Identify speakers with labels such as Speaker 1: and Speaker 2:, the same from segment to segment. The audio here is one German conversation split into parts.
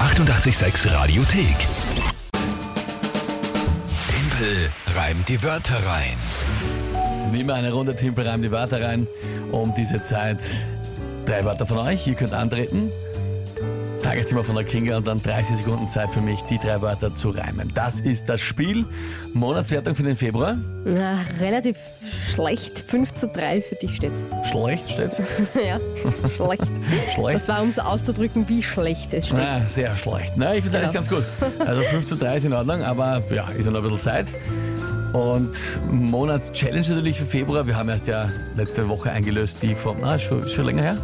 Speaker 1: 886 Radiothek. Tempel reimt die Wörter rein.
Speaker 2: Wie immer eine Runde Timpel reimt die Wörter rein. Um diese Zeit drei Wörter von euch. Ihr könnt antreten. Tagesthema von der Kinga und dann 30 Sekunden Zeit für mich, die drei Wörter zu reimen. Das ist das Spiel. Monatswertung für den Februar.
Speaker 3: Na, relativ schlecht. 5 zu 3 für dich steht's.
Speaker 2: Schlecht steht's.
Speaker 3: ja, schlecht.
Speaker 2: Schlecht.
Speaker 3: Das war, um es auszudrücken, wie schlecht es steht.
Speaker 2: Na, sehr schlecht. Na, ich finde es eigentlich ganz gut. Also 5 zu 3 ist in Ordnung, aber ja, ist ja noch ein bisschen Zeit. Und Monatschallenge natürlich für Februar. Wir haben erst ja letzte Woche eingelöst, die vom. Ah, schon, schon länger her?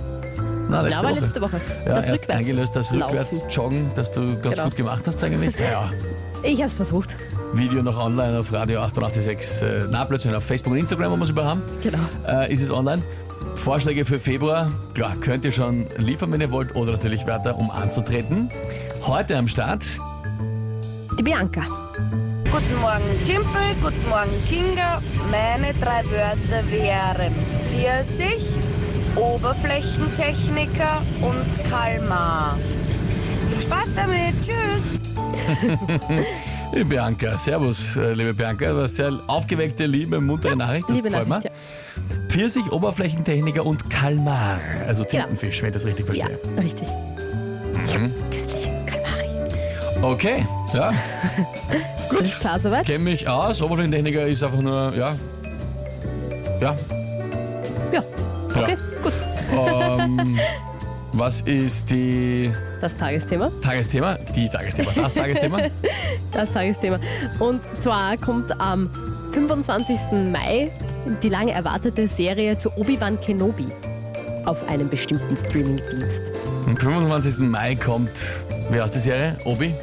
Speaker 2: Na,
Speaker 3: Na, aber Genau, letzte Woche.
Speaker 2: Ja,
Speaker 3: das
Speaker 2: erst
Speaker 3: rückwärts.
Speaker 2: eingelöst, das
Speaker 3: Laufen.
Speaker 2: Rückwärts-Joggen, das du ganz
Speaker 3: Genau.
Speaker 2: gut gemacht hast eigentlich. Ja,
Speaker 3: Ich hab's versucht.
Speaker 2: Video noch online auf Radio 886, äh, na plötzlich auf Facebook und Instagram, wo wir es über haben,
Speaker 3: Genau.
Speaker 2: äh, ist es online. Vorschläge für Februar, klar, könnt ihr schon liefern, wenn ihr wollt, oder natürlich weiter, um anzutreten. Heute am Start,
Speaker 3: Die Bianca.
Speaker 4: Guten Morgen Timpel, guten Morgen Kinga. Meine drei Wörter wären Pfirsich, Oberflächentechniker und Kalmar. Viel Spaß damit, tschüss!
Speaker 2: liebe Bianca, servus, äh, liebe Bianca, das war sehr aufgeweckte, liebe, muntere Nachricht, das
Speaker 3: Liebe
Speaker 2: freut mich.
Speaker 3: Nachricht. Ja.
Speaker 2: Pfirsich, Oberflächentechniker und Kalmar, also
Speaker 3: Genau.
Speaker 2: Tintenfisch, wenn ich das richtig
Speaker 3: ja,
Speaker 2: verstehe. Mhm.
Speaker 3: richtig. Köstlich. Kalmari.
Speaker 2: Okay, ja, gut.
Speaker 3: Ist klar soweit?
Speaker 2: kenne mich aus. Oberflächentechniker ist einfach nur, ja. Ja.
Speaker 3: Ja.
Speaker 2: Ja.
Speaker 3: Okay, gut.
Speaker 2: Ähm, was ist die
Speaker 3: Das Tagesthema.
Speaker 2: Tagesthema? Die Tagesthema, das Tagesthema?
Speaker 3: Das Tagesthema. Und zwar kommt am 25. Mai die lange erwartete Serie zu Obi-Wan Kenobi auf einem bestimmten Streamingdienst.
Speaker 2: Am 25. Mai kommt, wer aus der Serie? Obi?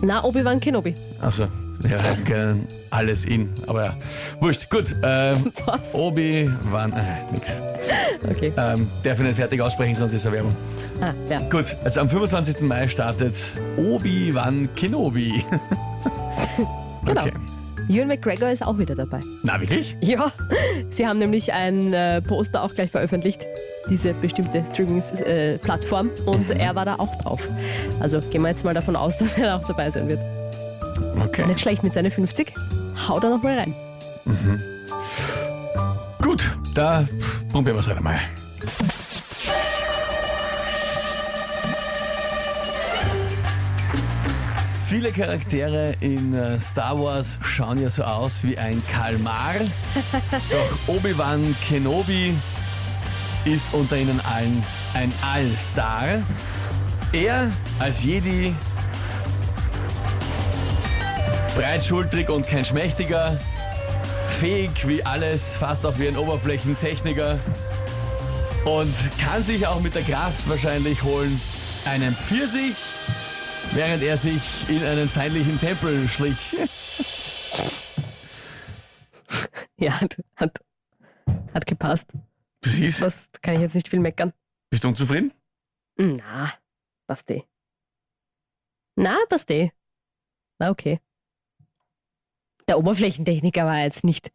Speaker 3: Na, Obi-Wan Kenobi.
Speaker 2: Achso, ja, heißen können alles in, aber ja. Wurscht, gut. Ähm,
Speaker 3: Was?
Speaker 2: Obi, wann? Äh, nix.
Speaker 3: Okay.
Speaker 2: Ähm, darf ich nicht fertig aussprechen, sonst ist er Werbung.
Speaker 3: Ah, ja.
Speaker 2: Gut, also am 25. Mai startet Obi-Wan Kenobi.
Speaker 3: Genau.
Speaker 2: Okay.
Speaker 3: Ewan McGregor ist auch wieder dabei.
Speaker 2: Na, wirklich?
Speaker 3: Ja, sie haben nämlich ein äh, Poster auch gleich veröffentlicht, diese bestimmte Streaming-Plattform, und er war da auch drauf. Also gehen wir jetzt mal davon aus, dass er auch dabei sein wird.
Speaker 2: Okay.
Speaker 3: Nicht schlecht mit seinen 50. Hau da nochmal rein.
Speaker 2: Gut, da probieren wir es halt einmal. Viele Charaktere in äh, Star Wars schauen ja so aus wie ein Kalmar. Doch Obi-Wan Kenobi ist unter ihnen allen ein Allstar. Er als Jedi breitschultrig und kein Schmächtiger, fähig wie alles, fast auch wie ein Oberflächentechniker und kann sich auch mit der Kraft wahrscheinlich holen einen Pfirsich, während er sich in einen feindlichen Tempel schlich.
Speaker 3: Ja, hat, hat, hat gepasst.
Speaker 2: Du siehst,
Speaker 3: Das kann ich jetzt nicht viel meckern.
Speaker 2: bist du unzufrieden?
Speaker 3: Na, passt eh. Na, passt eh. Na, okay. Der Oberflächentechniker war jetzt nicht,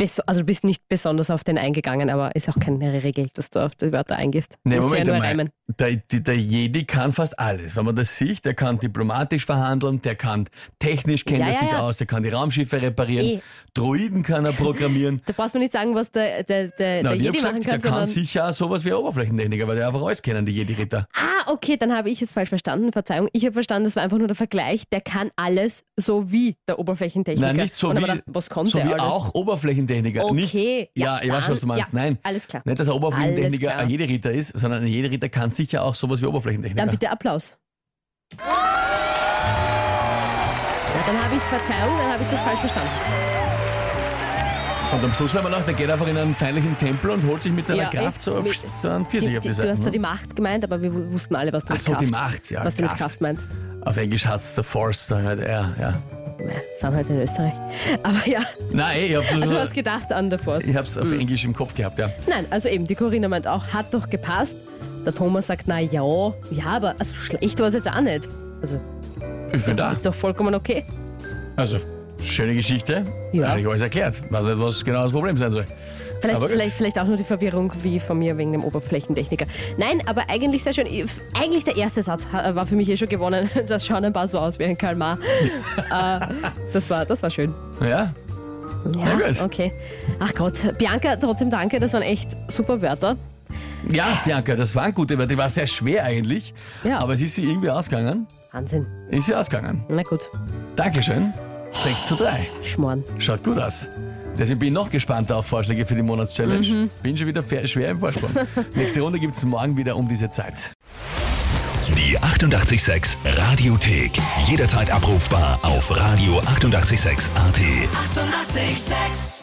Speaker 3: beso- also du bist nicht besonders auf den eingegangen, aber ist auch keine Regel, dass du auf die Wörter eingehst.
Speaker 2: Nee,
Speaker 3: Musst du
Speaker 2: Moment
Speaker 3: ja nur
Speaker 2: einmal.
Speaker 3: reimen.
Speaker 2: Der, der, der Jedi kann fast alles. Wenn man das sieht, der kann diplomatisch verhandeln, der kann technisch kennt
Speaker 3: Ja,
Speaker 2: er
Speaker 3: ja,
Speaker 2: sich
Speaker 3: ja.
Speaker 2: aus, der kann die Raumschiffe reparieren,
Speaker 3: Eh.
Speaker 2: Droiden kann er programmieren.
Speaker 3: Da brauchst du mir nicht sagen, was der, der, der,
Speaker 2: Na,
Speaker 3: der
Speaker 2: und ich hab
Speaker 3: Jedi machen
Speaker 2: gesagt,
Speaker 3: kann,
Speaker 2: der kann
Speaker 3: sondern...
Speaker 2: sicher auch sowas wie ein Oberflächentechniker, weil der einfach alles kennen, die Jedi-Ritter.
Speaker 3: Ah, okay, dann habe ich es falsch verstanden. Verzeihung. Ich habe verstanden, das war einfach nur der Vergleich. Der kann alles, so wie der Oberflächentechniker.
Speaker 2: Nein, nicht so
Speaker 3: Und
Speaker 2: wie,
Speaker 3: dann hab ich gedacht, was konnte
Speaker 2: so wie
Speaker 3: er alles?
Speaker 2: auch Oberflächentechniker.
Speaker 3: Okay,
Speaker 2: nicht, ja,
Speaker 3: ja,
Speaker 2: ich weiß,
Speaker 3: dann-
Speaker 2: was du meinst.
Speaker 3: ja,
Speaker 2: Nein,
Speaker 3: alles klar.
Speaker 2: nicht, dass ein
Speaker 3: Alles
Speaker 2: Oberflächentechniker
Speaker 3: klar.
Speaker 2: ein jeder Ritter ist, sondern ein jeder Ritter kann sicher auch sowas wie Oberflächentechniker.
Speaker 3: Dann bitte Applaus. Ja, dann habe ich Verzeihung, dann habe ich das falsch verstanden.
Speaker 2: Und am Schluss haben wir noch, der geht einfach in einen feindlichen Tempel und holt sich mit seiner
Speaker 3: Ja,
Speaker 2: Kraft so,
Speaker 3: eh,
Speaker 2: auf,
Speaker 3: mit-
Speaker 2: so einen
Speaker 3: Die,
Speaker 2: Pfirsich
Speaker 3: die,
Speaker 2: auf die
Speaker 3: du
Speaker 2: Seite.
Speaker 3: hast halt so die
Speaker 2: ne?
Speaker 3: Macht gemeint, aber wir wu- wussten alle, was du
Speaker 2: Ach
Speaker 3: mit
Speaker 2: so,
Speaker 3: Kraft,
Speaker 2: die Macht, ja.
Speaker 3: was du mit
Speaker 2: Kraft.
Speaker 3: Kraft meinst.
Speaker 2: Auf Englisch heißt es The Force, da halt er, ja.
Speaker 3: Mäh, Sind halt in Österreich. Aber ja,
Speaker 2: Nein, ey, ich hab's,
Speaker 3: Also, du hast Hm. gedacht an der Force.
Speaker 2: ich hab's auf Englisch im Kopf gehabt, ja.
Speaker 3: Nein, also eben, die Corinna meint auch, hat doch gepasst. Der Thomas sagt, na ja, ja, aber also schlecht war es jetzt auch nicht. Also
Speaker 2: Ich finde auch.
Speaker 3: doch vollkommen okay.
Speaker 2: Also, Schöne Geschichte.
Speaker 3: Ja.
Speaker 2: Habe ich alles erklärt, was etwas genau das Problem sein soll.
Speaker 3: Vielleicht,
Speaker 2: Aber gut.
Speaker 3: vielleicht, vielleicht auch nur die Verwirrung wie von mir wegen dem Oberflächentechniker. Nein, aber eigentlich sehr schön. Ich- Eigentlich der erste Satz ha- war für mich eh schon gewonnen. Das schauen ein paar so aus wie ein Kalmar. äh, das, war, das war schön.
Speaker 2: Ja,
Speaker 3: Ja,
Speaker 2: gut.
Speaker 3: okay. Ach Gott, Bianca, trotzdem danke. Das waren echt super Wörter.
Speaker 2: ja Bianca, das waren gute Wörter. Die war sehr schwer eigentlich,
Speaker 3: Ja.
Speaker 2: aber es ist sie irgendwie ausgegangen.
Speaker 3: Wahnsinn.
Speaker 2: Ist sie ausgegangen.
Speaker 3: Na gut,
Speaker 2: Dankeschön. 6 zu 3.
Speaker 3: schmoren.
Speaker 2: Schaut gut aus. Deswegen bin ich noch gespannter auf Vorschläge für die Monatschallenge. Bin schon wieder fair- schwer im Vorsprung. Nächste Runde gibt's morgen wieder um diese Zeit.
Speaker 1: Die 886 Radiothek. Jederzeit abrufbar auf radio886.at. 886!
Speaker 5: 886